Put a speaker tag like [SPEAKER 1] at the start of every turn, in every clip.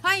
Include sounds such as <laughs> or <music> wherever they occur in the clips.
[SPEAKER 1] 欢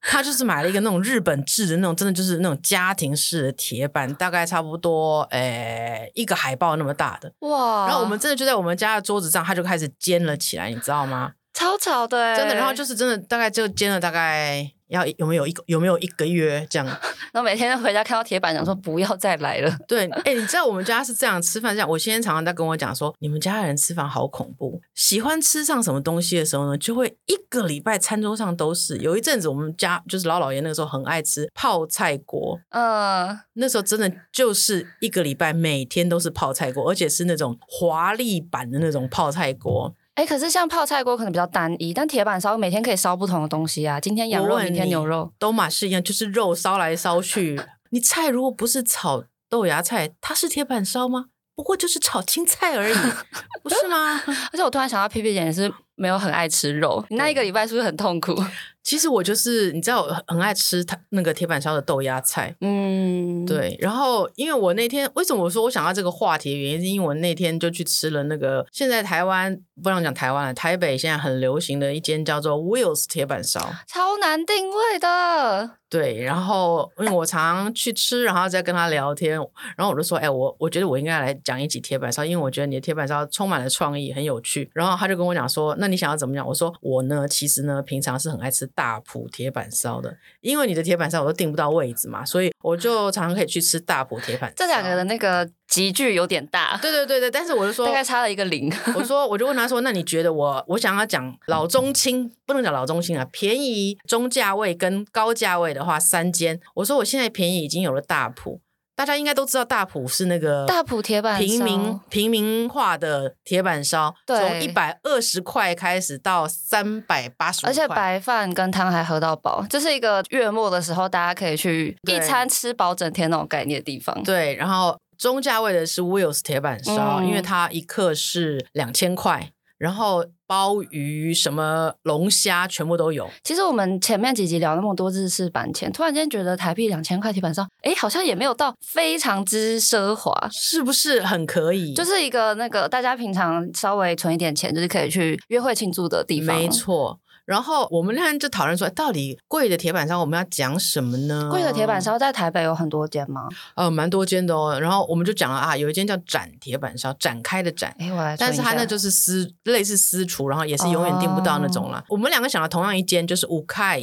[SPEAKER 2] 他就是买了一个那种日本制的那种，真的就是那种家庭式的铁板，大概差不多诶、一个海报那么大的。
[SPEAKER 3] 哇！
[SPEAKER 2] 嗯然后我们真的就在我们家的桌子上，他就开始煎了起来，你知道吗？
[SPEAKER 3] 超吵的哎，
[SPEAKER 2] 真的，然后就是真的大概就煎了大概要有没有一个有没有一个月这样？
[SPEAKER 3] 然后每天回家看到铁板，想说不要再来了。
[SPEAKER 2] 对，哎、你知道我们家是这样吃饭这样，我先生常常在跟我讲说，你们家人吃饭好恐怖，喜欢吃上什么东西的时候呢，就会一个礼拜餐桌上都是。有一阵子我们家就是老姥爷那个时候很爱吃泡菜锅。
[SPEAKER 3] 嗯，
[SPEAKER 2] 那时候真的就是一个礼拜，每天都是泡菜锅，而且是那种华丽版的那种泡菜锅。
[SPEAKER 3] 哎，可是像泡菜锅可能比较单一，但铁板烧每天可以烧不同的东西啊，今天羊
[SPEAKER 2] 我
[SPEAKER 3] 肉，
[SPEAKER 2] 问
[SPEAKER 3] 明天
[SPEAKER 2] 你
[SPEAKER 3] 牛肉。
[SPEAKER 2] 都嘛是一样，就是肉烧来烧去。你菜如果不是炒豆芽菜，它是铁板烧吗？不过就是炒青菜而已，不是吗？
[SPEAKER 3] 而且我突然想到，P P 姐也是没有很爱吃肉，你那一个礼拜是不是很痛
[SPEAKER 2] <laughs>
[SPEAKER 3] 苦？
[SPEAKER 2] 其实我就是你知道，我很很爱吃它那个铁板烧的豆芽菜。
[SPEAKER 3] 嗯，。
[SPEAKER 2] 对，然后因为我那天为什么我说我想到这个话题的原因，是因为我那天就去吃了那个现在台湾不能讲台湾了，台北现在很流行的一间叫做 Wills 铁板烧。
[SPEAKER 3] 超难定位的，
[SPEAKER 2] 对，然后因为我常常去吃，然后再跟他聊天，然后我就说，哎、我我觉得我应该来讲一集铁板烧，因为我觉得你的铁板烧充满了创意，很有趣。然后他就跟我讲说，那你想要怎么样？我说我呢，其实呢，平常是很爱吃大埔铁板烧的，因为你的铁板烧我都订不到位置嘛，所以我就常常可以去吃大埔铁板烧。
[SPEAKER 3] 这两个的那个集距有点大，
[SPEAKER 2] 对对对对，但是我就说
[SPEAKER 3] 大概差了一个零。
[SPEAKER 2] 我说，我就问他说，那你觉得我我想要讲老中青，不能讲老中青啊，便宜、中价位跟高价位的话，三间。我说我现在便宜已经有了大埔，大家应该都知道大埔是那个
[SPEAKER 3] <laughs> 大埔铁板烧
[SPEAKER 2] 平民平民化的铁板烧，从
[SPEAKER 3] 对
[SPEAKER 2] 一百二十块开始到三百八十，
[SPEAKER 3] 而且白饭跟汤还喝到饱，这是一个月末的时候，大家可以去
[SPEAKER 2] 对
[SPEAKER 3] 一餐吃饱整天那种概念的地方。
[SPEAKER 2] 对，然后中价位的是 Wills 铁板烧，
[SPEAKER 3] 嗯
[SPEAKER 2] 因为它一克是两千块。然后鲍鱼、什么龙虾全部都有。
[SPEAKER 3] 其实我们前面几集聊那么多日式板前，突然间觉得台币两千块铁板烧，哎，好像也没有到非常之奢华。
[SPEAKER 2] 是不是很可以？
[SPEAKER 3] 就是一个那个大家平常稍微存一点钱，就是可以去约会庆祝的地方。
[SPEAKER 2] 没，错。然后我们那天就讨论说，哎到底贵的铁板烧我们要讲什么呢？
[SPEAKER 3] 贵的铁板烧在台北有很多间吗？
[SPEAKER 2] 呃蛮多间的哦。然后我们就讲了啊，有一间叫展铁板烧，展开的展。
[SPEAKER 3] 哎，我来存一下，
[SPEAKER 2] 但是它那就是私类似私厨，然后也是永远订不到那种
[SPEAKER 3] 哦
[SPEAKER 2] 啦。我们两个想到同样一间，就是五凯，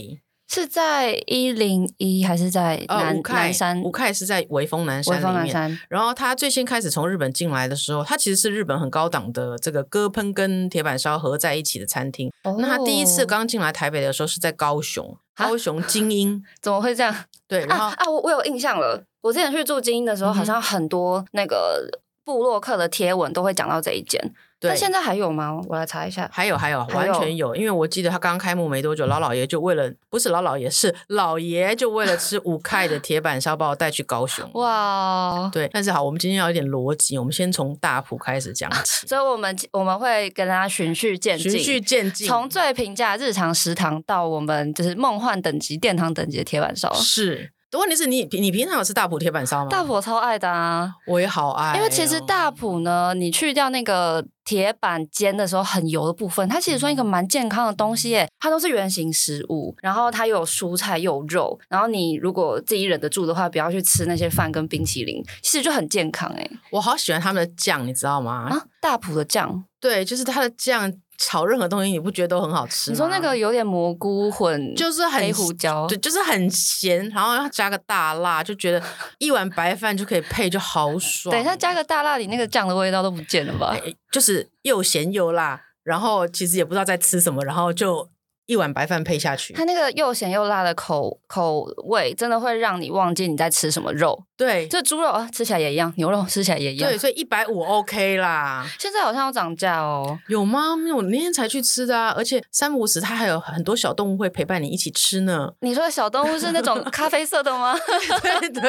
[SPEAKER 3] 是在一零一还是在
[SPEAKER 2] 呃，
[SPEAKER 3] 南
[SPEAKER 2] 五凯
[SPEAKER 3] 南山
[SPEAKER 2] 五凯是在微风南
[SPEAKER 3] 微
[SPEAKER 2] 山
[SPEAKER 3] 风
[SPEAKER 2] 里
[SPEAKER 3] 南
[SPEAKER 2] 面。
[SPEAKER 3] 山？
[SPEAKER 2] 然后它最先开始从日本进来的时候，它其实是日本很高档的这个鸽喷跟铁板烧合在一起的餐厅。那它第一次
[SPEAKER 3] 哦
[SPEAKER 2] 刚进来台北的时候是在高雄，
[SPEAKER 3] 啊
[SPEAKER 2] 高雄精
[SPEAKER 3] <laughs>
[SPEAKER 2] 英
[SPEAKER 3] 怎么会这样？
[SPEAKER 2] 对，然后
[SPEAKER 3] 啊啊！我我有印象了，我之前去住精英的时候，
[SPEAKER 2] 嗯哼
[SPEAKER 3] 好像很多那个部落客的贴文都会讲到这一间，
[SPEAKER 2] 对
[SPEAKER 3] 但。现在还有吗？我来查一下。
[SPEAKER 2] 还有还有，
[SPEAKER 3] 还
[SPEAKER 2] 完全有，因为我记得他刚开幕没多久，老老爷就为了不是老老爷是老爷就为了吃五块的铁板烧，把我带去高雄。
[SPEAKER 3] 哇！
[SPEAKER 2] 对，但是好，我们今天要有点逻辑，我们先从大埔开始讲起，
[SPEAKER 3] 所以我们我们会跟大家啊循序渐进，
[SPEAKER 2] 循序渐进。
[SPEAKER 3] 从最平价日常食堂到我们就是梦幻等级殿堂等级的铁板烧。
[SPEAKER 2] 是，问题是你你平常有吃大埔铁板烧吗？
[SPEAKER 3] 大埔我超爱的啊，
[SPEAKER 2] 我也好爱哦、
[SPEAKER 3] 因为其实大埔呢，你去掉那个铁板煎的时候很油的部分，它其实算
[SPEAKER 2] 嗯
[SPEAKER 3] 一个蛮健康的东西耶。它都是原形食物，然后它有蔬菜又有肉，然后你如果自己忍得住的话，不要去吃那些饭跟冰淇淋，其实就很健康哎。
[SPEAKER 2] 我好喜欢他们的酱，你知道吗？
[SPEAKER 3] 啊，大埔的酱，
[SPEAKER 2] 对，就是它的酱炒任何东西，你不觉得都很好吃吗？
[SPEAKER 3] 你说那个有点蘑菇混，
[SPEAKER 2] 就是很
[SPEAKER 3] 黑胡椒
[SPEAKER 2] 对，就是很咸，然后要加个大辣，就觉得一碗白饭就可以配，就好爽。
[SPEAKER 3] 等一下加个大辣，你那个酱的味道都不见了吧？
[SPEAKER 2] 哎，就是又咸又辣，然后其实也不知道在吃什么，然后就一碗白饭配下去
[SPEAKER 3] 它。那个又咸又辣的口口味，真的会让你忘记你在吃什么肉。
[SPEAKER 2] 对
[SPEAKER 3] 这猪肉啊，吃起来也一样；牛肉吃起来也一样
[SPEAKER 2] 对，。所以一百五 OK 啦，
[SPEAKER 3] 现在好像要涨价哦。
[SPEAKER 2] 有吗？没有，我那天才去吃的啊，而且三不五时它还有很多小动物会陪伴你一起吃呢。 <laughs>
[SPEAKER 3] 你说的小动物是那 <laughs> 种咖啡色的吗？
[SPEAKER 2] 对对，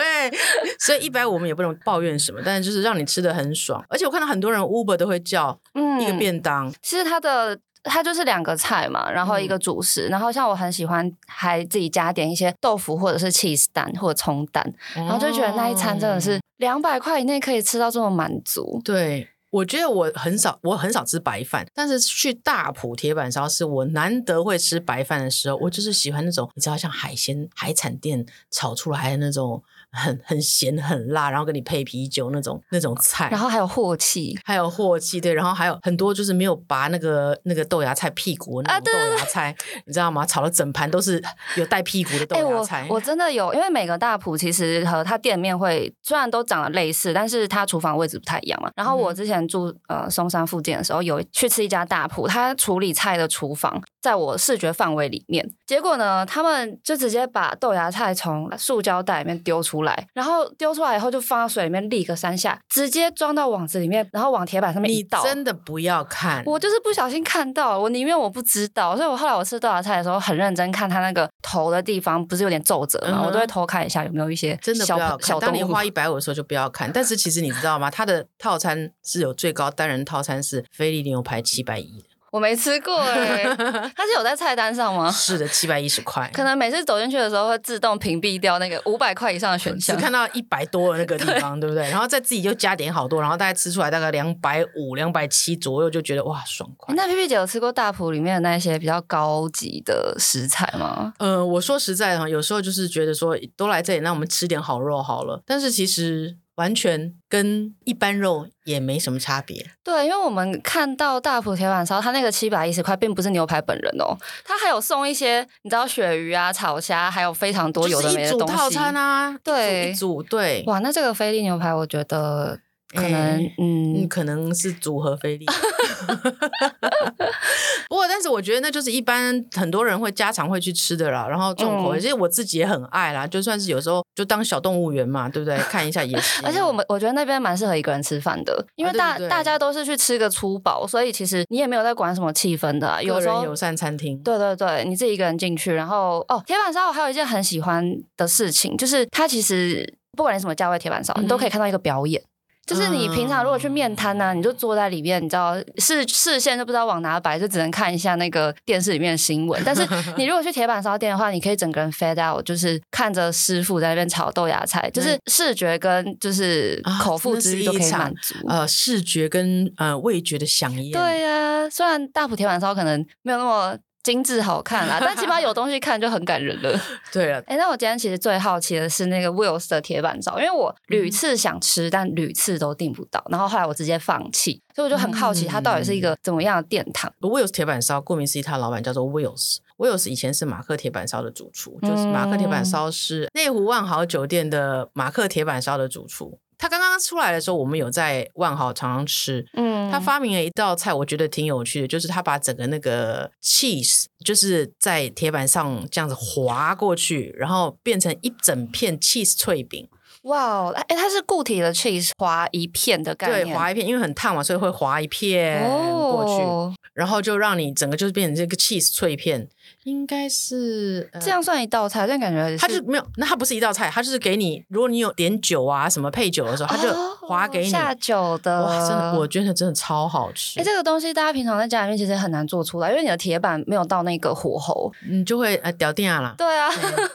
[SPEAKER 2] 所以一百五我们也不能抱怨什么，但是就是让你吃的很爽。而且我看到很多人 Uber 都会叫
[SPEAKER 3] 嗯
[SPEAKER 2] 一个便当，
[SPEAKER 3] 其实它的它就是两个菜嘛，然后一个主
[SPEAKER 2] 嗯
[SPEAKER 3] 食，然后像我很喜欢还自己加点一些豆腐或者是 cheese 蛋或者葱蛋，然后就觉得那一餐真的
[SPEAKER 2] 哦
[SPEAKER 3] 是两百块以内可以吃到这么满足。
[SPEAKER 2] 对。我觉得我很少，我很少吃白饭，但是去大埔铁板烧是我难得会吃白饭的时候，我就是喜欢那种你知道像海鲜海产店炒出来的那种很很咸很辣，然后给你配啤酒那种那种菜，
[SPEAKER 3] 然后还有镬气，
[SPEAKER 2] 还有镬气，对，然后还有很多就是没有拔那个那个豆芽菜屁股的那
[SPEAKER 3] 啊
[SPEAKER 2] 种
[SPEAKER 3] 对
[SPEAKER 2] 豆芽菜，你知道吗？炒了整盘都是有带屁股的豆
[SPEAKER 3] 哎，
[SPEAKER 2] 芽菜。
[SPEAKER 3] 我我真的有，因为每个大埔其实和它店面会虽然都长得类似，但是它厨房位置不太一样嘛。然后
[SPEAKER 2] 嗯
[SPEAKER 3] 我之前住呃松山附近的时候，有去吃一家大埔，它处理菜的厨房在我视觉范围里面。结果呢，他们就直接把豆芽菜从塑胶袋里面丢出来，然后丢出来以后就放到水里面沥个三下，直接装到网子里面，然后往铁板上面一
[SPEAKER 2] 你
[SPEAKER 3] 倒。
[SPEAKER 2] 真的不要看，
[SPEAKER 3] 我就是不小心看到，我宁愿我不知道，所以我后来我吃豆芽菜的时候很认真看它那个头的地方，不是有点皱褶
[SPEAKER 2] 嗯
[SPEAKER 3] 吗？
[SPEAKER 2] 哼
[SPEAKER 3] 我都会偷看一下有没有一些
[SPEAKER 2] 真的
[SPEAKER 3] 小
[SPEAKER 2] 不要看。
[SPEAKER 3] 小
[SPEAKER 2] 当
[SPEAKER 3] 动
[SPEAKER 2] 你
[SPEAKER 3] 物。
[SPEAKER 2] 花一百五的时候就不要看。但是其实你知道吗？它的套餐是有最高单人套餐是菲力牛排七百一，
[SPEAKER 3] <laughs> 我没吃过
[SPEAKER 2] <laughs>
[SPEAKER 3] 哎、它是有在菜单上吗？
[SPEAKER 2] 是的，七百一十块。
[SPEAKER 3] 可能每次走进去的时候会自动屏蔽掉那个五百块以上的选
[SPEAKER 2] 只
[SPEAKER 3] 项。
[SPEAKER 2] 看到一百多的那个地方，对不对？然后再自己就加点好多，然后大概吃出来大概两百五、两百七左右，就觉得哇，爽快
[SPEAKER 3] 诶。那 P P 姐有吃过大埔里面的那些比较高级的食材吗？
[SPEAKER 2] 呃，我说实在的哈，有时候就是觉得说都来这里，那我们吃点好肉好了。但是其实完全跟一般肉也没什么差别。
[SPEAKER 3] 对，因为我们看到大埔铁板烧，它那个七百一十块并不是牛排本人哦，它还有送一些你知道鳕鱼啊、炒虾，还有非常多有的
[SPEAKER 2] 就是
[SPEAKER 3] 没
[SPEAKER 2] 一
[SPEAKER 3] 的
[SPEAKER 2] 组
[SPEAKER 3] 东西。
[SPEAKER 2] 套餐啊，
[SPEAKER 3] 对
[SPEAKER 2] 一组一组对。
[SPEAKER 3] 哇，那这个菲力牛排，我觉得可能、
[SPEAKER 2] 哎嗯，
[SPEAKER 3] 嗯，
[SPEAKER 2] 可能是组合菲力。 <laughs>
[SPEAKER 3] <laughs>
[SPEAKER 2] 不过，但是我觉得那就是一般很多人会家常会去吃的啦。然后重口味，
[SPEAKER 3] 嗯
[SPEAKER 2] 其实我自己也很爱啦，就算是有时候就当小动物园嘛，对不
[SPEAKER 3] <laughs>
[SPEAKER 2] 对？看一下也啊行。
[SPEAKER 3] 而且我们我觉得那边蛮适合一个人吃饭的，因为
[SPEAKER 2] 啊对
[SPEAKER 3] 大、
[SPEAKER 2] 对对
[SPEAKER 3] 大家都是去吃个粗饱，所以其实你也没有在管什么气氛的、啊，
[SPEAKER 2] 个
[SPEAKER 3] 有时
[SPEAKER 2] 人
[SPEAKER 3] 候
[SPEAKER 2] 友善餐厅，
[SPEAKER 3] 对对对，你自己一个人进去，然后哦，铁板烧我还有一件很
[SPEAKER 2] 嗯
[SPEAKER 3] 喜欢的事情，就是它其实不管你什么价位铁板烧，你都可以看到一个表演。就是你平常如果去面摊呢、啊你就坐在里面，你知道视视线都不知道往哪摆，就只能看一下那个电视里面的新闻。但是你如果去铁板烧店的话，你可以整个人 fade out，就是看着师傅在那边炒豆芽菜，就是视觉跟就是
[SPEAKER 2] 啊
[SPEAKER 3] 口腹
[SPEAKER 2] 真的
[SPEAKER 3] 之
[SPEAKER 2] 是
[SPEAKER 3] 欲都
[SPEAKER 2] 一
[SPEAKER 3] 可以
[SPEAKER 2] 场
[SPEAKER 3] 满足。
[SPEAKER 2] 呃，视觉跟呃味觉的响应。
[SPEAKER 3] 对呀、虽然大埔铁板烧可能没有那么精致好看啦，但起码有东西看就很感人
[SPEAKER 2] <laughs>
[SPEAKER 3] 了。
[SPEAKER 2] 对啊了，
[SPEAKER 3] 哎、那我今天其实最好奇的是那个 Wills 的铁板烧，因为我
[SPEAKER 2] 嗯
[SPEAKER 3] 屡次想吃，但屡次都订不到，然后后来我直接放弃，所以我就很好奇它到底
[SPEAKER 2] 嗯
[SPEAKER 3] 是一个怎么样的殿堂。
[SPEAKER 2] Wills 铁板烧，顾名思义，它的老板叫做 Wills。Wills 以前是马克铁板烧的主厨，
[SPEAKER 3] 嗯
[SPEAKER 2] 就是马克铁板烧是内湖万豪酒店的马克铁板烧的主厨。他刚刚出来的时候，我们有在万豪常常吃。
[SPEAKER 3] 嗯，
[SPEAKER 2] 他发明了一道菜，我觉得挺有趣的，就是他把整个那个 cheese 就是在铁板上这样子划过去，然后变成一整片 cheese 脆饼。
[SPEAKER 3] 哇哦，哎、它是固体的 cheese 划一片的概
[SPEAKER 2] 对，
[SPEAKER 3] 念，
[SPEAKER 2] 划一片，因为很烫嘛，所以会划一片过去，
[SPEAKER 3] 哦，
[SPEAKER 2] 然后就让你整个就是变成这个 cheese 脆片，应该是、呃
[SPEAKER 3] 这。样算一道菜，但感觉
[SPEAKER 2] 它就没有，那它不是一道菜，它就是给你，如果你有点酒啊什么配酒的时候，它就划给你。
[SPEAKER 3] 哦下酒的，
[SPEAKER 2] 哇，真的，我觉得真的超好吃。
[SPEAKER 3] 哎、这个东西大家平常在家里面其实很难做出来，因为你的铁板没有到那个火候。
[SPEAKER 2] 你就会呃屌电啊啦，
[SPEAKER 3] 对啊，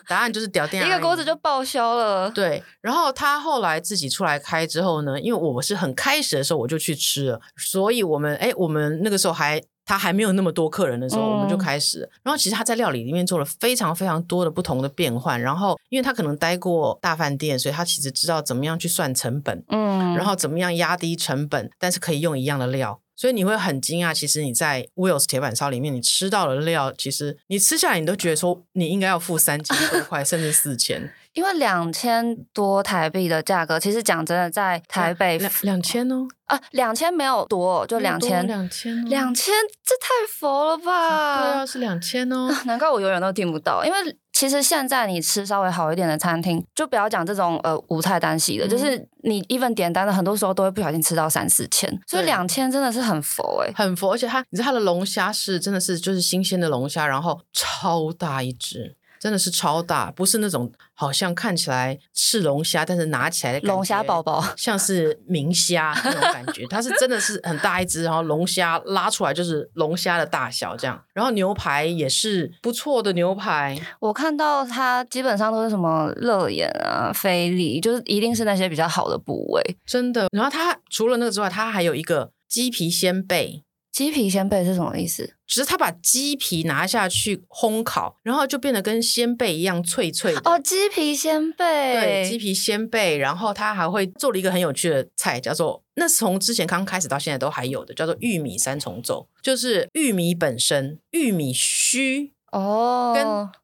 [SPEAKER 2] 答案就是屌电啊。
[SPEAKER 3] <laughs> 一个锅子就报销了。
[SPEAKER 2] 对，然后他后来自己出来开之后呢，因为我是很开始的时候我就去吃了，所以我们哎，我们那个时候还他还没有那么多客人的时候，我们就
[SPEAKER 3] 嗯
[SPEAKER 2] 开始了。然后其实他在料理里面做了非常非常多的不同的变换，然后因为他可能待过大饭店，所以他其实知道怎么样去算成本，
[SPEAKER 3] 嗯，
[SPEAKER 2] 然后怎么样压低成本，但是可以用一样的料。所以你会很惊讶，其实你在 Will's 铁板烧里面，你吃到的料，其实你吃下来，你都觉得说你应该要付三千多块，甚至四千。
[SPEAKER 3] 因为两千多台币的价格，其实讲真的，在台北
[SPEAKER 2] 两两千哦，
[SPEAKER 3] 啊，两千没有多，就两千，
[SPEAKER 2] 两千哦
[SPEAKER 3] 两呃千，这太佛
[SPEAKER 2] 对
[SPEAKER 3] 了吧
[SPEAKER 2] 啊，？是两千哦。 <laughs>
[SPEAKER 3] <laughs> 难怪我永远都订不到，因为其实现在你吃稍微好一点的餐厅，就不要讲这种呃无菜单系的，
[SPEAKER 2] 嗯
[SPEAKER 3] 就是你 even 点单的，很多时候都会不小心吃到三四千，所以
[SPEAKER 2] 对
[SPEAKER 3] 两千真的是很佛哎、
[SPEAKER 2] 很佛，而且它，你知道它的龙虾是真的是就是新鲜的龙虾，然后超大一只，真的是超大，不是那种好像看起来是龙虾，但是拿起来的感觉
[SPEAKER 3] 龙虾宝宝，
[SPEAKER 2] 像是明
[SPEAKER 3] <laughs>
[SPEAKER 2] 虾那种感觉，它是真的是很大一只，然后龙虾拉出来就是龙虾的大小这样，然后牛排也是不错的牛排，
[SPEAKER 3] 我看到它基本上都是什么乐眼啊、菲力，就是一定是那些比较好的部位。
[SPEAKER 2] 真的。然后它除了那个之外，它还有一个鸡皮鲜贝，
[SPEAKER 3] 鸡皮鲜贝是什么意思？
[SPEAKER 2] 只是他把鸡皮拿下去烘烤，然后就变得跟鲜贝一样脆脆的。
[SPEAKER 3] 哦，鸡皮鲜贝，
[SPEAKER 2] 对，鸡皮鲜贝，然后他还会做了一个很有趣的菜，叫做那是从之前刚开始到现在都还有的，叫做玉米三重奏，就是玉米本身、玉米须，
[SPEAKER 3] 哦，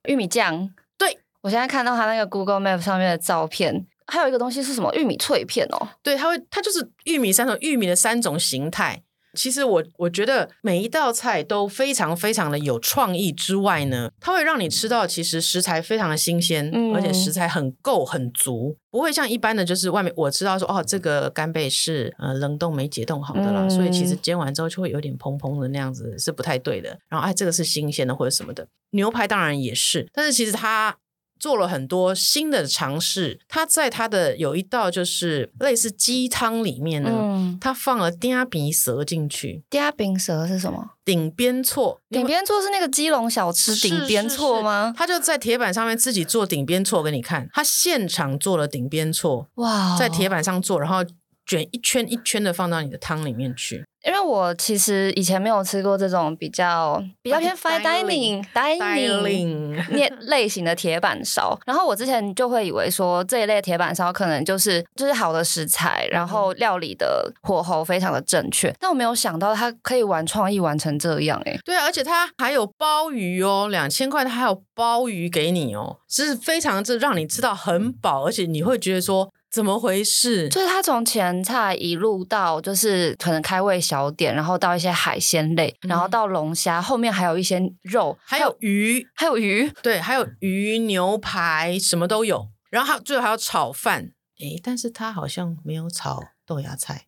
[SPEAKER 3] 跟玉米酱。
[SPEAKER 2] 对，
[SPEAKER 3] 我现在看到它那个 Google Map 上面的照片，还有一个东西是什么？玉米脆片哦。
[SPEAKER 2] 对，它会它就是玉米三种玉米的三种形态。其实我我觉得每一道菜都非常非常的有创意之外呢，它会让你吃到其实食材非常的新鲜，
[SPEAKER 3] 嗯
[SPEAKER 2] 而且食材很够很足，不会像一般的就是外面我知道说哦这个干贝是呃冷冻没解冻好的啦，
[SPEAKER 3] 嗯
[SPEAKER 2] 所以其实煎完之后就会有点蓬蓬的那样子是不太对的。然后哎这个是新鲜的或者什么的，牛排当然也是，但是其实它做了很多新的尝试。它在它的有一道就是类似鸡汤里面呢，
[SPEAKER 3] 嗯，
[SPEAKER 2] 它放了嗲鼻蛇进去，
[SPEAKER 3] 嗲饼蛇是什么？
[SPEAKER 2] 顶边错，
[SPEAKER 3] 顶边错是那个基隆小吃顶边错
[SPEAKER 2] 是是
[SPEAKER 3] 吗
[SPEAKER 2] 是？他就在铁板上面自己做顶边错给你看，他现场做了顶边错，
[SPEAKER 3] 哇，哦
[SPEAKER 2] 在铁板上做，然后卷一圈一圈的放到你的汤里面去。
[SPEAKER 3] 因为我其实以前没有吃过这种比较比较偏 fine dining
[SPEAKER 2] Dining
[SPEAKER 3] dining 面
[SPEAKER 2] <laughs>
[SPEAKER 3] 类型的铁板烧，然后我之前就会以为说这一类铁板烧可能就是就是好的食材，然
[SPEAKER 2] 嗯
[SPEAKER 3] 后料理的火候非常的正确，但我没有想到它可以玩创意玩成这样、欸，
[SPEAKER 2] 对啊，而且它还有鲍鱼哦，两千块它还有鲍鱼给你哦，是非常这让你吃到很饱，而且你会觉得说怎么回事？
[SPEAKER 3] 就是它从前菜一路到就是可能开胃小点，然后到一些海鲜类，
[SPEAKER 2] 嗯
[SPEAKER 3] 然后到龙虾，后面还有一些肉，
[SPEAKER 2] 还有鱼，
[SPEAKER 3] 还有鱼，
[SPEAKER 2] 对，还有鱼、牛排，什么都有。然后还有最后还有炒饭，诶，但是它好像没有炒豆芽菜。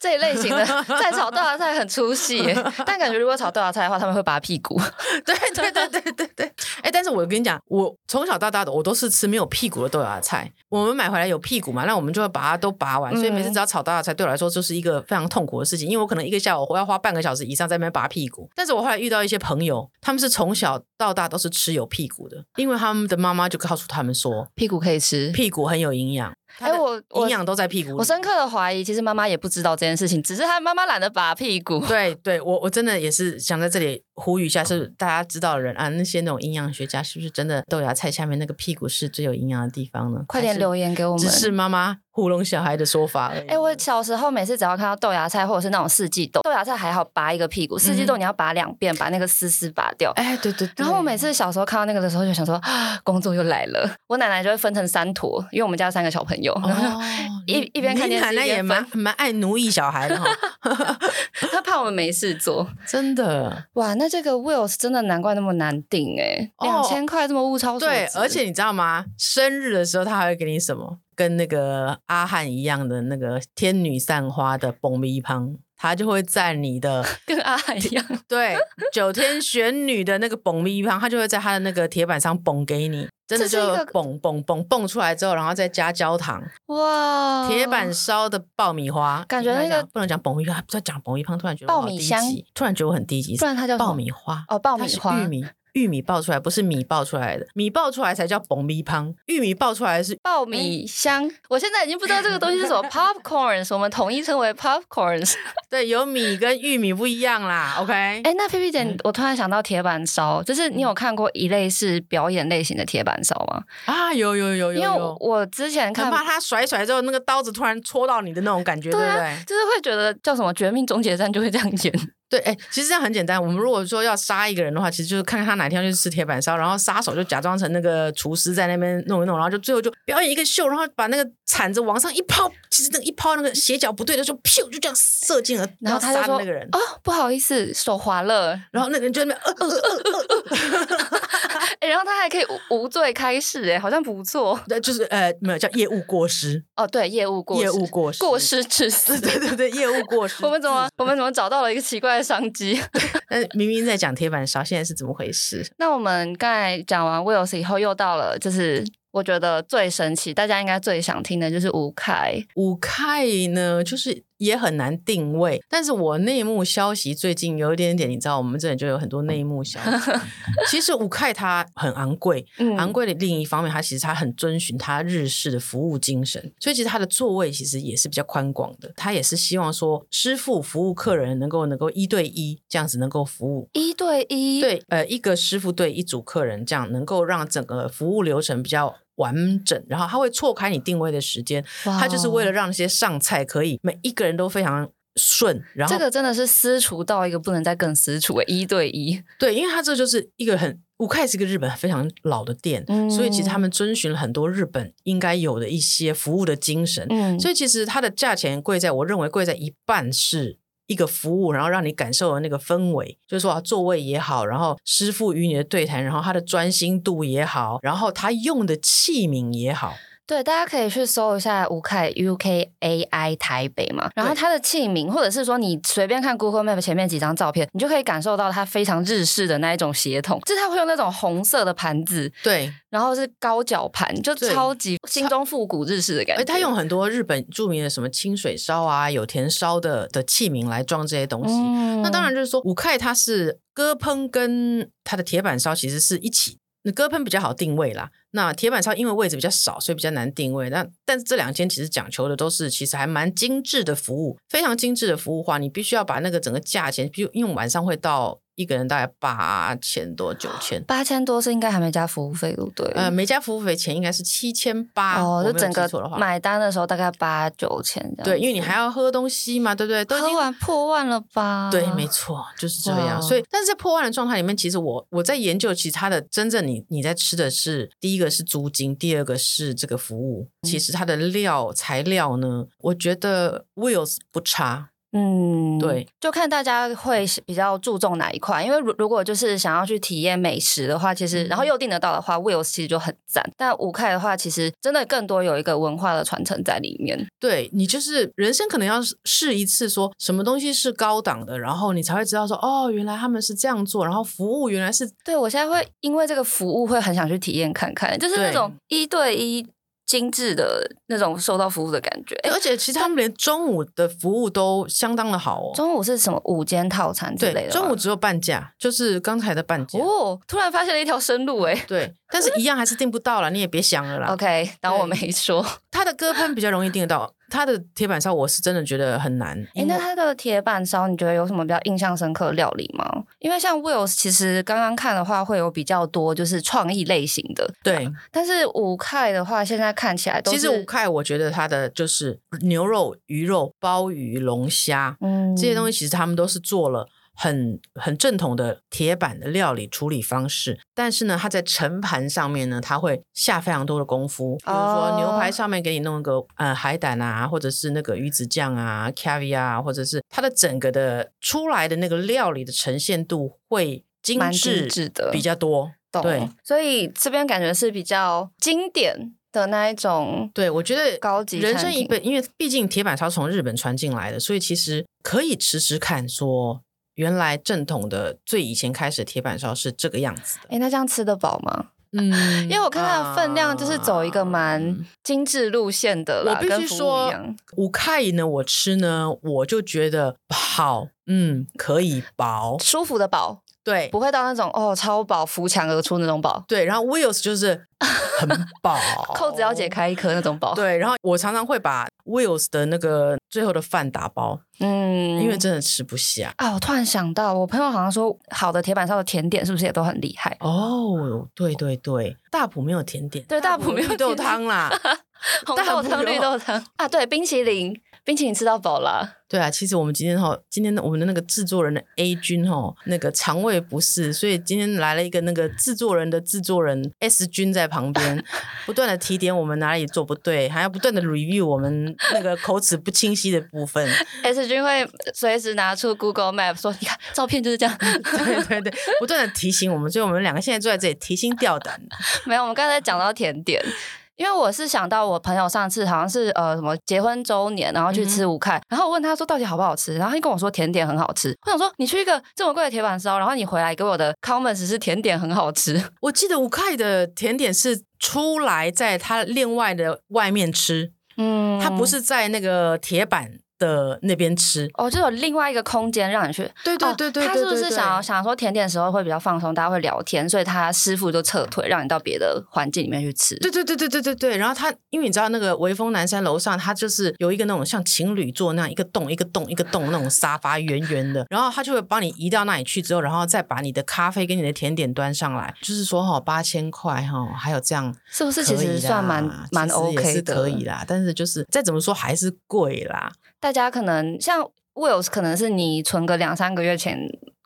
[SPEAKER 3] 这一类型的 <laughs> 在炒豆芽菜很出戏耶，但感觉如果炒豆芽菜的话，他们会拔屁股。
[SPEAKER 2] <laughs> 对对对对对对。哎、但是我跟你讲，我从小到大的我都是吃没有屁股的豆芽菜。我们买回来有屁股嘛，那我们就会把它都拔完。所以每
[SPEAKER 3] 嗯
[SPEAKER 2] 次只要炒豆芽菜，对我来说就是一个非常痛苦的事情，因为我可能一个下午我要花半个小时以上在那边拔屁股。但是我后来遇到一些朋友，他们是从小到大都是吃有屁股的，因为他们的妈妈就告诉他们说，
[SPEAKER 3] 屁股可以吃。
[SPEAKER 2] 屁股很有营养，
[SPEAKER 3] 哎、我我
[SPEAKER 2] 营养都在屁股里。
[SPEAKER 3] 我深刻的怀疑，其实妈妈也不知道这件事情，只是她妈妈懒得拔屁股。
[SPEAKER 2] <laughs> 对对，我我真的也是想在这里呼吁一下，是大家知道的人啊，那些那种营养学家是不是真的豆芽菜下面那个屁股是最有营养的地方呢？
[SPEAKER 3] 快点留言给我
[SPEAKER 2] 还
[SPEAKER 3] 们
[SPEAKER 2] 是，。只是妈妈糊弄小孩的说法而已。
[SPEAKER 3] 哎、我小时候每次只要看到豆芽菜或者是那种四季豆，豆芽菜还好拔一个屁股，四季豆你要拔两遍，把那个丝丝拔掉。
[SPEAKER 2] 哎，对对对，
[SPEAKER 3] 然后我每次小时候看到那个的时候，就想说， <gasps> 啊工作又来了。我奶奶就会分成三坨，因为我们家有三个小朋友，然后
[SPEAKER 2] 哦
[SPEAKER 3] 一
[SPEAKER 2] 你
[SPEAKER 3] 一边看
[SPEAKER 2] 你
[SPEAKER 3] 电视
[SPEAKER 2] 奶奶
[SPEAKER 3] 一边
[SPEAKER 2] 也蛮蛮爱奴役小孩的 <laughs> 哈，
[SPEAKER 3] 就她怕我们没事做。
[SPEAKER 2] 真 <laughs> 的。
[SPEAKER 3] 哇，那这个 Will 是真的难怪那么难定哎、
[SPEAKER 2] 哦
[SPEAKER 3] 两千块这么物超所值。
[SPEAKER 2] 对，而且你知道吗？生日的时候他还会给你什么？跟那个阿汉一样的那个天女散花的蹦咪乓，他就会在你的
[SPEAKER 3] 跟阿海一样，
[SPEAKER 2] 对，九天玄女的那个蹦咪旁，它就会在它的那个铁板上蹦给你，真的
[SPEAKER 3] 这
[SPEAKER 2] 就是
[SPEAKER 3] 一个
[SPEAKER 2] 蹦蹦蹦蹦出来之后，然后再加焦糖，
[SPEAKER 3] 哇，
[SPEAKER 2] 铁板烧的爆米花，
[SPEAKER 3] 嗯感觉那个
[SPEAKER 2] 应该讲不能讲蹦咪旁，不知道讲蹦咪旁，突然觉得
[SPEAKER 3] 爆
[SPEAKER 2] 我好
[SPEAKER 3] 米
[SPEAKER 2] 低
[SPEAKER 3] 香
[SPEAKER 2] 级突然觉得我很低级，
[SPEAKER 3] 不然它叫什么
[SPEAKER 2] 爆米花
[SPEAKER 3] 哦爆米
[SPEAKER 2] 它是
[SPEAKER 3] 花
[SPEAKER 2] 玉
[SPEAKER 3] <laughs>
[SPEAKER 2] 米。玉米爆出来不是米爆出来的，米爆出来才叫蹦咪旁，玉米爆出来是
[SPEAKER 3] 爆米香，我现在已经不知道这个东西是什么
[SPEAKER 2] <laughs>
[SPEAKER 3] popcorns，我们统一称为 popcorns。
[SPEAKER 2] 对，有米跟玉米不一样啦。OK，哎
[SPEAKER 3] 哎，那 P P 姐，
[SPEAKER 2] 嗯
[SPEAKER 3] 我突然想到铁板烧，就是你有看过一类是表演类型的铁板烧吗？
[SPEAKER 2] 啊，有有有有
[SPEAKER 3] 因为
[SPEAKER 2] 有
[SPEAKER 3] 我，我之前
[SPEAKER 2] 很
[SPEAKER 3] 看
[SPEAKER 2] 怕它甩一甩之后，那个刀子突然戳到你的那种感觉，对
[SPEAKER 3] 对
[SPEAKER 2] 不
[SPEAKER 3] 啊
[SPEAKER 2] 对，？
[SPEAKER 3] 就是会觉得叫什么《绝命终结战》就会这样演，
[SPEAKER 2] 对，哎、其实这样很简单。我们如果说要杀一个人的话，其实就是看看他哪天要去吃铁板烧，然后杀手就假装成那个厨师在那边弄一弄，然后就最后就表演一个秀，然后把那个铲子往上一抛，其实那个一抛那个斜角不对的时候，咻就这样射进了，
[SPEAKER 3] 然后他
[SPEAKER 2] 杀
[SPEAKER 3] 就
[SPEAKER 2] 了
[SPEAKER 3] 说
[SPEAKER 2] 那个人。
[SPEAKER 3] 哦，不好意思，手滑了。
[SPEAKER 2] 然后那个人就在那边呃呃呃呃
[SPEAKER 3] 哎，然后他还可以无无罪开释，哎，好像不错。
[SPEAKER 2] 呃，就是呃没有叫业务过失，
[SPEAKER 3] 哦，对，业务过
[SPEAKER 2] 业
[SPEAKER 3] 失
[SPEAKER 2] 务过失，
[SPEAKER 3] 过，失致
[SPEAKER 2] 对
[SPEAKER 3] 死。
[SPEAKER 2] 对对对，业务过失。
[SPEAKER 3] <laughs> 我们怎么我们怎么找到了一个奇怪的商机？ <laughs>
[SPEAKER 2] 但是明明在讲铁板烧，现在是怎么回事？
[SPEAKER 3] 那我们刚才讲完 Wills 以后，又到了就是我觉得最神奇，大家应该最想听的就是吴凯。
[SPEAKER 2] 五开呢，就是也很难定位。但是我内幕消息最近有一点点，你知道，我们这里就有很多内幕消
[SPEAKER 3] <laughs>
[SPEAKER 2] 息。其实五开它很昂贵，
[SPEAKER 3] 嗯
[SPEAKER 2] 昂贵的另一方面，它其实它很遵循它日式的服务精神，所以其实它的座位其实也是比较宽广的。它也是希望说，师傅服务客人能够能够一对一这样子能够服务。
[SPEAKER 3] 一对一，，
[SPEAKER 2] 对，呃，一个师傅对一组客人，这样能够让整个服务流程比较完整，然后他会错开你定位的时间，他就是
[SPEAKER 3] 哦
[SPEAKER 2] 为了让那些上菜可以每一个人都非常顺，然后
[SPEAKER 3] 这个真的是私厨到一个不能再更私厨、欸，一对一，
[SPEAKER 2] 对，因为他这就是一个很。五开是一个日本非常老的店，
[SPEAKER 3] 嗯
[SPEAKER 2] 所以其实他们遵循了很多日本应该有的一些服务的精神，
[SPEAKER 3] 嗯
[SPEAKER 2] 所以其实它的价钱贵在，我认为贵在一半是。一个服务，然后让你感受的那个氛围，就是说啊，座位也好，然后师傅与你的对谈，然后他的专心度也好，然后他用的器皿也好，
[SPEAKER 3] 对，大家可以去搜一下吴凯 U K A I 台北嘛，然后
[SPEAKER 2] 对
[SPEAKER 3] 它的器皿，或者是说你随便看 Google Map 前面几张照片，你就可以感受到它非常日式的那一种血统，就是它会用那种红色的盘子，
[SPEAKER 2] 对，
[SPEAKER 3] 然后是高脚盘，就
[SPEAKER 2] 对
[SPEAKER 3] 超级心中复古日式的感
[SPEAKER 2] 而
[SPEAKER 3] 觉。
[SPEAKER 2] 哎他用很多日本著名的什么清水烧啊、有田烧的的器皿来装这些东西。
[SPEAKER 3] 嗯
[SPEAKER 2] 那当然就是说，五块它是割烹跟它的铁板烧其实是一起。那割烹比较好定位啦，那铁板烧因为位置比较少，所以比较难定位。那但是这两间其实讲求的都是其实还蛮精致的服务，非常精致的服务化，你必须要把那个整个价钱，比如因为晚上会到一个人大概八千多九千。
[SPEAKER 3] 八千多是应该还没加服务费，对不对？
[SPEAKER 2] 呃，每家服务费钱应该是七千八，
[SPEAKER 3] 哦，
[SPEAKER 2] 我
[SPEAKER 3] 就
[SPEAKER 2] 没有
[SPEAKER 3] 整
[SPEAKER 2] 记错的
[SPEAKER 3] 个
[SPEAKER 2] 话，
[SPEAKER 3] 买单的时候大概八九千这样子。
[SPEAKER 2] 对，因为你还要喝东西嘛，对不对？都已经
[SPEAKER 3] 喝完破万了吧？
[SPEAKER 2] 对，没错，就是这
[SPEAKER 3] 哇哦
[SPEAKER 2] 样。所以，但是在破万的状态里面，其实我我在研究，其实它的真正你你在吃的是第一个是租金，第二个是这
[SPEAKER 3] 嗯
[SPEAKER 2] 个服务。其实它的料材料呢，我觉得 Wills 不差，
[SPEAKER 3] 嗯，
[SPEAKER 2] 对，
[SPEAKER 3] 就看大家会是比较注重哪一块。因为如如果就是想要去体验美食的话，其实然后又订得到的话，Wills 其实就很赞。但五开的话，其实真的更多有一个文化的传承在里面。
[SPEAKER 2] 对你就是人生可能要试一次，说什么东西是高档的，然后你才会知道说哦，原来他们是这样做，然后服务原来是
[SPEAKER 3] 对我现在会因为这个服务会很想去体验看看，就是那
[SPEAKER 2] 对
[SPEAKER 3] 种一对一精致的那种受到服务的感觉。
[SPEAKER 2] 而且其实他们连中午的服务都相当的好哦。
[SPEAKER 3] 中午是什么午间套餐之类
[SPEAKER 2] 对，
[SPEAKER 3] 的？
[SPEAKER 2] 中午。只有半价，就是刚才的半价。
[SPEAKER 3] 哦，突然发现了一条生路哎、 <laughs>
[SPEAKER 2] 对，但是一样还是订不到了，你也别想了啦。
[SPEAKER 3] OK，当我
[SPEAKER 2] 对
[SPEAKER 3] 没说。
[SPEAKER 2] 他的鸽喷比较容易订得到，他的铁板烧我是真的觉得很难。
[SPEAKER 3] 哎、
[SPEAKER 2] 因为
[SPEAKER 3] 那它的铁板烧，你觉得有什么比较印象深刻的料理吗？因为像 Wills，其实刚刚看的话会有比较多就是创意类型的，
[SPEAKER 2] 对，
[SPEAKER 3] 但是五块的话，现在看起来都
[SPEAKER 2] 其
[SPEAKER 3] 是
[SPEAKER 2] 实五块我觉得它的就是牛肉、鱼肉、鲍鱼、龙虾
[SPEAKER 3] 嗯
[SPEAKER 2] 这些东西，其实他们都是做了。很很正统的铁板的料理处理方式，但是呢，它在盛盘上面呢，它会下非常多的功夫，比如
[SPEAKER 3] 哦
[SPEAKER 2] 说牛排上面给你弄一个呃海胆啊，或者是那个鱼子酱啊、caviar，啊或者是它的整个的出来的那个料理的呈现度会精
[SPEAKER 3] 蛮
[SPEAKER 2] 致
[SPEAKER 3] 精致的
[SPEAKER 2] 比较多，
[SPEAKER 3] 懂
[SPEAKER 2] 对，
[SPEAKER 3] 所以这边感觉是比较经典的那一种，
[SPEAKER 2] 对，我觉得
[SPEAKER 3] 高级
[SPEAKER 2] 人
[SPEAKER 3] 餐
[SPEAKER 2] 生一
[SPEAKER 3] 厅
[SPEAKER 2] 辈，因为毕竟铁板烧从日本传进来的，所以其实可以吃吃看说。原来正统的最以前开始的铁板烧是这个样子的，
[SPEAKER 3] 哎、那这样吃得饱吗？
[SPEAKER 2] 嗯，啊
[SPEAKER 3] 因为我看它的分量就是走一个蛮精致路线的啦，
[SPEAKER 2] 我必
[SPEAKER 3] 跟
[SPEAKER 2] 须
[SPEAKER 3] 服务
[SPEAKER 2] 说
[SPEAKER 3] 一样
[SPEAKER 2] 五块呢，我吃呢，我就觉得好，嗯，可以薄，
[SPEAKER 3] 舒服的饱，
[SPEAKER 2] 对
[SPEAKER 3] 不会到那种哦超饱扶墙而出那种饱，，
[SPEAKER 2] 对，然后 Wills 就是很薄
[SPEAKER 3] <laughs> 扣子要解，开一颗那种饱。
[SPEAKER 2] 对，然后我常常会把 Wills 的那个最后的饭打包，
[SPEAKER 3] 嗯
[SPEAKER 2] 因为真的吃不下。
[SPEAKER 3] 啊，我突然想到，我朋友好像说，好的铁板烧的甜点是不是也都很厉害？
[SPEAKER 2] 哦，对对对，大埔没有甜点，
[SPEAKER 3] 对大埔没有
[SPEAKER 2] 绿豆
[SPEAKER 3] 甜点
[SPEAKER 2] 汤
[SPEAKER 3] <laughs>
[SPEAKER 2] 啦。
[SPEAKER 3] 红
[SPEAKER 2] 大
[SPEAKER 3] 豆
[SPEAKER 2] 埔
[SPEAKER 3] 汤、绿
[SPEAKER 2] 有
[SPEAKER 3] 豆汤啊，对，冰淇淋，冰淇淋吃到饱啦。
[SPEAKER 2] 对啊，其实我们今天哈，今天我们的那个制作人的 A 君哈，那个肠胃不适，所以今天来了一个那个制作人的制作人 S 君在旁 <laughs> 边，不断的提点我们哪里做不对，还要不断的 review 我们那个口齿不清晰的部分。 <laughs>
[SPEAKER 3] S 君会随时拿出 Google Map 说，你看照片就是这 <laughs> 样。
[SPEAKER 2] 对对对，不断的提醒我们，所以我们两个现在坐在这里提心吊胆。
[SPEAKER 3] 没有，我们刚才讲到甜点。因为我是想到我朋友上次好像是呃什么结婚周年，然后去吃五块，然后我问他说到底好不好吃，然后他就跟我说甜点很好吃。我想说你去一个这么贵的铁板烧，然后你回来给我的 comment 是甜点很好吃，
[SPEAKER 2] 我记得五块的甜点是出来在它另外的外面吃，
[SPEAKER 3] 嗯
[SPEAKER 2] 它不是在那个铁板的那边吃。
[SPEAKER 3] 哦，就有另外一个空间让你去。
[SPEAKER 2] 对
[SPEAKER 3] 哦他是不是想要想说甜点的时候会比较放松，大家会聊天，所以他师傅就撤退，让你到别的环境里面去吃。
[SPEAKER 2] 对对对对对对对，然后他因为你知道那个微风南山楼上，它就是有一个那种像情侣座那样一个洞一个洞一个洞那种沙发圆圆的，然后他就会帮你移到那里去之后，然后再把你的咖啡跟你的甜点端上来，就是说哈八千块哈，还有这样
[SPEAKER 3] 是不
[SPEAKER 2] 可
[SPEAKER 3] 是
[SPEAKER 2] 以啦，
[SPEAKER 3] 其实算蛮蛮
[SPEAKER 2] 其实也
[SPEAKER 3] OK
[SPEAKER 2] 是
[SPEAKER 3] 的
[SPEAKER 2] 可以啦，但是就是再怎么说还是贵啦，
[SPEAKER 3] 大家可能像 Wills，可能是你存个两三个月前，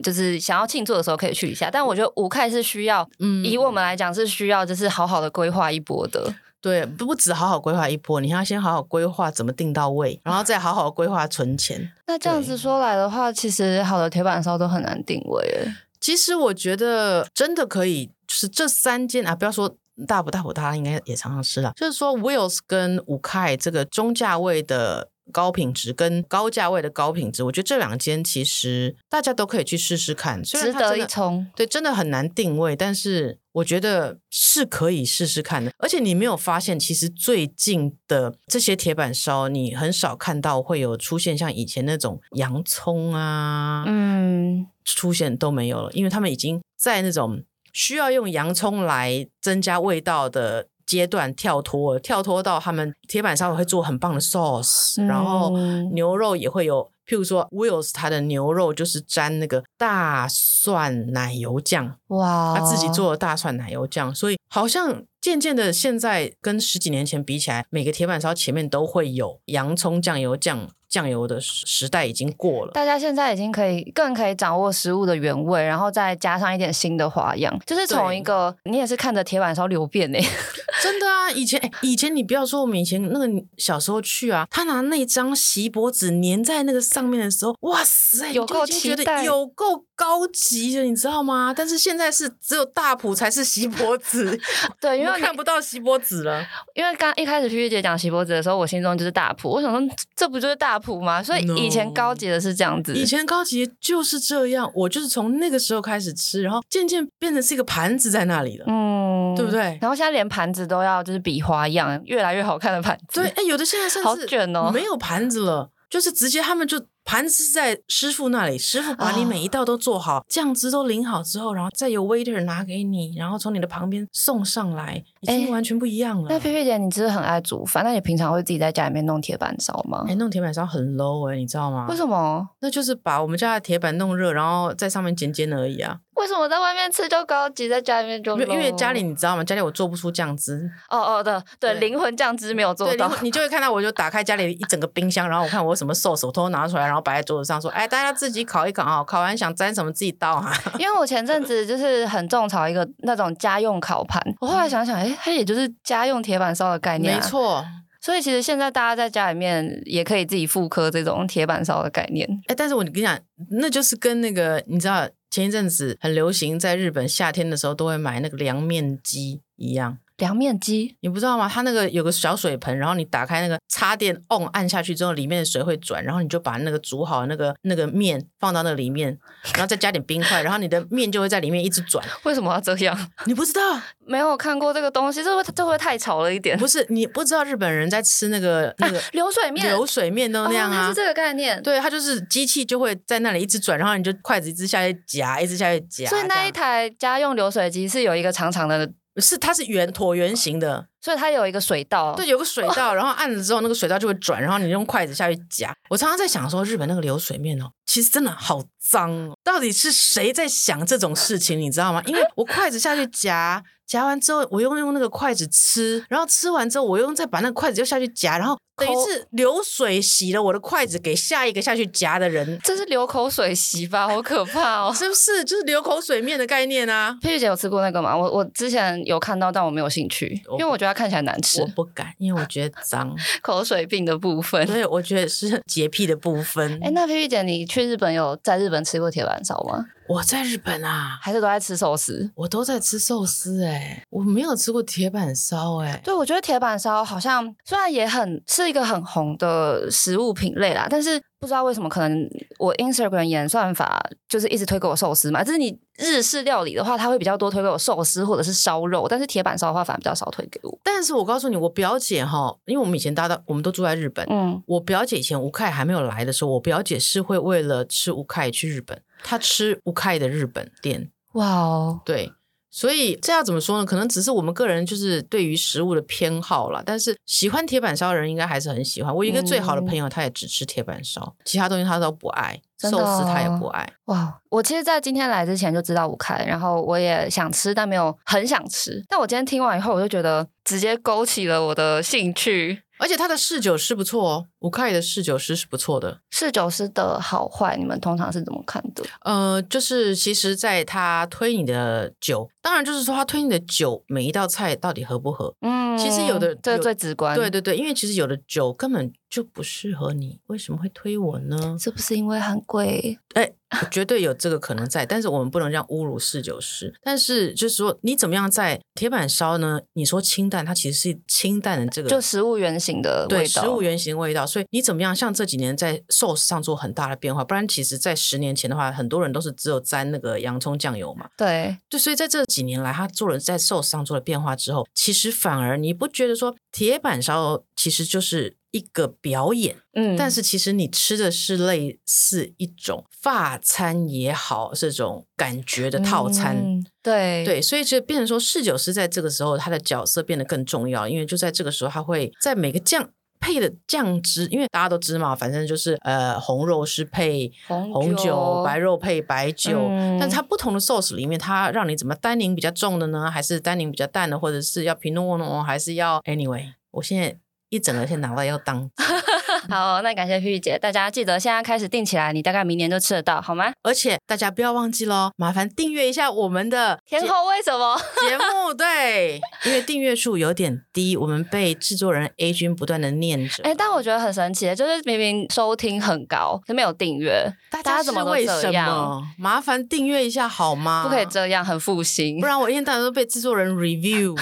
[SPEAKER 3] 就是想要庆祝的时候可以去一下。但我觉得五块是需要，
[SPEAKER 2] 嗯
[SPEAKER 3] 以我们来讲是需要，就是好好的规划一波的。
[SPEAKER 2] 对，不不止好好规划一波，你还要先好好规划怎么定到位，然后再好好规划存钱。
[SPEAKER 3] 那这样子说来的话，其实好的铁板烧都很难定位耶。
[SPEAKER 2] 其实我觉得真的可以，就是这三间啊，不要说大补大补，大家应该也常常吃了。就是说，Wills 跟五凯这个中价位的高品质跟高价位的高品质，我觉得这两间其实大家都可以去试试看，虽然
[SPEAKER 3] 值
[SPEAKER 2] 它
[SPEAKER 3] 得
[SPEAKER 2] 真
[SPEAKER 3] 一
[SPEAKER 2] 的
[SPEAKER 3] 冲。
[SPEAKER 2] 对，真的很难定位，但是我觉得是可以试试看的。而且你没有发现，其实最近的这些铁板烧，你很少看到会有出现像以前那种洋葱啊，
[SPEAKER 3] 嗯，
[SPEAKER 2] 出现都没有了，因为他们已经在那种需要用洋葱来增加味道的阶段跳脱了，跳脱到他们铁板烧会做很棒的 sauce，、
[SPEAKER 3] 嗯
[SPEAKER 2] 然后牛肉也会有，譬如说 Wills 它的牛肉就是沾那个大蒜奶油酱，
[SPEAKER 3] 哇，
[SPEAKER 2] 他自己做的大蒜奶油酱，所以好像渐渐的，现在跟十几年前比起来，每个铁板烧前面都会有洋葱酱油酱酱油的时时代已经过了。
[SPEAKER 3] 大家现在已经可以更可以掌握食物的原味，然后再加上一点新的花样，就是从
[SPEAKER 2] 对
[SPEAKER 3] 一个你也是看着铁板烧流变呢、 <laughs>
[SPEAKER 2] 真的啊，以前哎、以前你不要说我们以前那个小时候去啊，他拿那张锡箔纸粘在那个上面的时候，哇塞，
[SPEAKER 3] 有
[SPEAKER 2] 你就
[SPEAKER 3] 够
[SPEAKER 2] 已经觉
[SPEAKER 3] 期
[SPEAKER 2] 得
[SPEAKER 3] 待
[SPEAKER 2] 有够高级的，你知道吗？但是现在是只有大埔才是锡箔纸，
[SPEAKER 3] 对， <laughs> 因
[SPEAKER 2] 因
[SPEAKER 3] 为
[SPEAKER 2] 为
[SPEAKER 3] 你
[SPEAKER 2] 看不到锡箔纸了。
[SPEAKER 3] 因为刚一开始旭旭姐讲锡箔纸的时候，我心中就是大埔，我想说这这不就是大埔吗？所以以前
[SPEAKER 2] No
[SPEAKER 3] 高级的是这样子，
[SPEAKER 2] 以前高级就是这样，我就是从那个时候开始吃，然后渐渐变成是一个盘子在那里了。
[SPEAKER 3] 嗯
[SPEAKER 2] 对不对
[SPEAKER 3] 然后现在连盘子都要就是比花样，越来越好看的盘子。
[SPEAKER 2] 对，哎、有的现在甚
[SPEAKER 3] 好
[SPEAKER 2] 至
[SPEAKER 3] 卷哦
[SPEAKER 2] 没有盘子了，就是直接他们就盘子是在师傅那里，师傅把你
[SPEAKER 3] 啊
[SPEAKER 2] 每一道都做好，酱汁都淋好之后，然后再由 waiter 拿给你，然后从你的旁边送上来，已
[SPEAKER 3] 哎
[SPEAKER 2] 经完全不一样了。
[SPEAKER 3] 那
[SPEAKER 2] 哎、
[SPEAKER 3] 佩佩姐，你真的很爱煮饭，那你平常会自己在家里面弄铁板烧吗？
[SPEAKER 2] 哎弄铁板烧很 low 哎、你知道吗？
[SPEAKER 3] 为什么？
[SPEAKER 2] 那就是把我们家的铁板弄热，然后在上面煎煎而已啊。
[SPEAKER 3] 为什么在外面吃就高级，在家里面就
[SPEAKER 2] 因为因为
[SPEAKER 3] low？
[SPEAKER 2] 家里你知道吗？家里我做不出酱汁，
[SPEAKER 3] 哦哦的对
[SPEAKER 2] 对
[SPEAKER 3] 灵魂酱汁没有做
[SPEAKER 2] 对，
[SPEAKER 3] 到 <laughs>
[SPEAKER 2] 你，会你就会看到我就打开家里一整个冰箱，然后我看我有什么寿司，我偷偷拿出来，然后摆在桌子上说：“哎，大家自己烤一烤啊，烤完想沾什么自己倒啊。”
[SPEAKER 3] 因为我前阵子就是很种草一个那种家用烤盘，我后来想想，哎、它也就是家用铁板烧的概念、啊
[SPEAKER 2] 没，错，
[SPEAKER 3] 所以其实现在大家在家里面也可以自己复刻这种铁板烧的概念。
[SPEAKER 2] 哎，但是我跟你讲，那就是跟那个你知道前一阵子很流行，在日本夏天的时候都会买那个凉面机一样。
[SPEAKER 3] 凉面机
[SPEAKER 2] 你不知道吗？它那个有个小水盆，然后你打开那个插电 on 按下去之后，里面的水会转，然后你就把那个煮好的那个那个面放到那里面，然后再加点冰块，然后你的面就会在里面一直转。
[SPEAKER 3] <laughs>
[SPEAKER 2] <laughs>
[SPEAKER 3] 为什么要这样？
[SPEAKER 2] 你不知道？
[SPEAKER 3] <laughs> 没有看过这个东西，这会这会太吵了一 <laughs> 点。
[SPEAKER 2] 不是你不知道日本人在吃那
[SPEAKER 3] <laughs>
[SPEAKER 2] 个那个
[SPEAKER 3] 流水面
[SPEAKER 2] 流水面都那样
[SPEAKER 3] 哦、它
[SPEAKER 2] 啊
[SPEAKER 3] 是？这个概念。
[SPEAKER 2] 对，它就是机器就会在那里一直转，然后你就筷子一直下去夹，一直下去夹。
[SPEAKER 3] 所以那一
[SPEAKER 2] 这样
[SPEAKER 3] 台家用流水机是有一个长长的，
[SPEAKER 2] 是它是圆椭圆形的，
[SPEAKER 3] 所以它有一个水道。
[SPEAKER 2] 对，，有个水道，然后按了之后那个水道就会转，然后你用筷子下去夹。我常常在想说，日本那个流水面哦，其实真的好脏哦，到底是谁在想这种事情，你知道吗？因为我筷子下去夹。夹完之后，我用用那个筷子吃，然后吃完之后，我用再把那个筷子又下去夹，然后等于
[SPEAKER 3] 抠
[SPEAKER 2] 是流水洗了我的筷子，给下一个下去夹的人，
[SPEAKER 3] 这是流口水席吧？好可怕 <laughs> 哦！
[SPEAKER 2] 是不是就是流口水面的概念啊？
[SPEAKER 3] 佩佩姐有吃过那个吗？我我之前有看到，但我没有兴趣，
[SPEAKER 2] 我
[SPEAKER 3] 因
[SPEAKER 2] 不
[SPEAKER 3] 为我觉得它看起来难
[SPEAKER 2] <laughs>
[SPEAKER 3] 吃
[SPEAKER 2] 我。不敢，因为我觉得 <laughs> 脏，
[SPEAKER 3] 口水病的部分。
[SPEAKER 2] 所以我觉得是洁癖的部分。
[SPEAKER 3] 哎、那佩佩姐，你去日本有在日本吃过铁板烧吗？
[SPEAKER 2] 我在日本啊，
[SPEAKER 3] 还是都在吃寿司？
[SPEAKER 2] 我都在吃寿司哎、我没有吃过铁板烧哎、
[SPEAKER 3] 对，我觉得铁板烧好像虽然也很是一个很红的食物品类啦，但是不知道为什么，可能我 Instagram 演算法就是一直推给我寿司嘛。就是你日式料理的话，它会比较多推给我寿司或者是烧肉，但是铁板烧的话反而比较少推给我。
[SPEAKER 2] 但是我告诉你，我表姐哈，因为我们以前搭档，我们都住在日本。
[SPEAKER 3] 嗯，
[SPEAKER 2] 我表姐以前吴凯还没有来的时候，我表姐是会为了吃吴凯去日本，她吃吴凯的日本店。
[SPEAKER 3] 哇哦，
[SPEAKER 2] 对，所以这要怎么说呢？可能只是我们个人就是对于食物的偏好啦，但是喜欢铁板烧的人应该还是很喜欢。我有一个最好的朋友，他也只吃铁板烧，其他东西他都不爱，
[SPEAKER 3] 嗯真
[SPEAKER 2] 寿
[SPEAKER 3] 的哦
[SPEAKER 2] 司他也不爱。
[SPEAKER 3] 哇！我其实，在今天来之前就知道五开，然后我也想吃，但没有很想吃。但我今天听完以后，我就觉得直接勾起了我的兴趣。
[SPEAKER 2] 而且他的侍酒师不错哦，吴凯的侍酒师是不错的。
[SPEAKER 3] 侍酒师的好坏，你们通常是怎么看的？
[SPEAKER 2] 呃，就是其实，在他推你的酒，当然就是说他推你的酒每一道菜到底合不合。
[SPEAKER 3] 嗯
[SPEAKER 2] 其实有的
[SPEAKER 3] 这
[SPEAKER 2] 有
[SPEAKER 3] 最直观，
[SPEAKER 2] 对，对对，因为其实有的酒根本就不适合你，为什么会推我呢？ <laughs>
[SPEAKER 3] 是不是因为很贵？
[SPEAKER 2] 哎，绝对有这个可能在，但是我们不能这样侮辱侍酒师。但是就是说，你怎么样在铁板烧呢？你说清淡，它其实是清淡的这个
[SPEAKER 3] 就食物原型的味
[SPEAKER 2] 对，
[SPEAKER 3] 道，
[SPEAKER 2] 食物原型味道。所以你怎么样？像这几年在 sauce 上做很大的变化，不然其实在十年前的话，很多人都是只有沾那个洋葱酱油嘛。
[SPEAKER 3] 对，
[SPEAKER 2] 对，所以在这几年来，他做了在寿司上做了变化之后，其实反而你不觉得说铁板烧其实就是一个表演，
[SPEAKER 3] 嗯，
[SPEAKER 2] 但是其实你吃的是类似一种法餐也好，这种感觉的套餐。
[SPEAKER 3] 嗯对，
[SPEAKER 2] 对，所以就变成说，侍酒师在这个时候他的角色变得更重要，因为就在这个时候，他会在每个酱配的酱汁，因为大家都知嘛，反正就是呃，红肉是配
[SPEAKER 3] 红
[SPEAKER 2] 红
[SPEAKER 3] 酒
[SPEAKER 2] 酒，白肉配白酒，
[SPEAKER 3] 嗯
[SPEAKER 2] 但它不同的 sauce 里面，它让你怎么单宁比较重的呢？还是单宁比较淡的，或者是要皮诺诺，还是要 anyway？我现在一整个现在脑袋要当机，
[SPEAKER 3] <laughs> 好，那感谢皮皮姐，大家记得现在开始订起来，你大概明年就吃得到，好吗？
[SPEAKER 2] 而且大家不要忘记喽，麻烦订阅一下我们
[SPEAKER 3] <laughs>
[SPEAKER 2] 的
[SPEAKER 3] 天后为什么？
[SPEAKER 2] 节目，对，因为订阅数有点低，我们被制作人 A 君不断的念着。
[SPEAKER 3] 哎、但我觉得很神奇，就是明明收听很高，可没有订阅，
[SPEAKER 2] 大
[SPEAKER 3] 家
[SPEAKER 2] 家
[SPEAKER 3] 怎么
[SPEAKER 2] 是
[SPEAKER 3] 都
[SPEAKER 2] 为
[SPEAKER 3] 这
[SPEAKER 2] 什
[SPEAKER 3] 样？
[SPEAKER 2] 么？麻烦订阅一下好吗？
[SPEAKER 3] 不可以这样，很负心
[SPEAKER 2] 啊不。
[SPEAKER 3] <laughs>
[SPEAKER 2] 然我一天到晚都被制作人 review。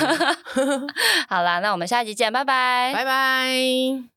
[SPEAKER 3] 好啦，那我们下一集见，拜拜，
[SPEAKER 2] 拜拜。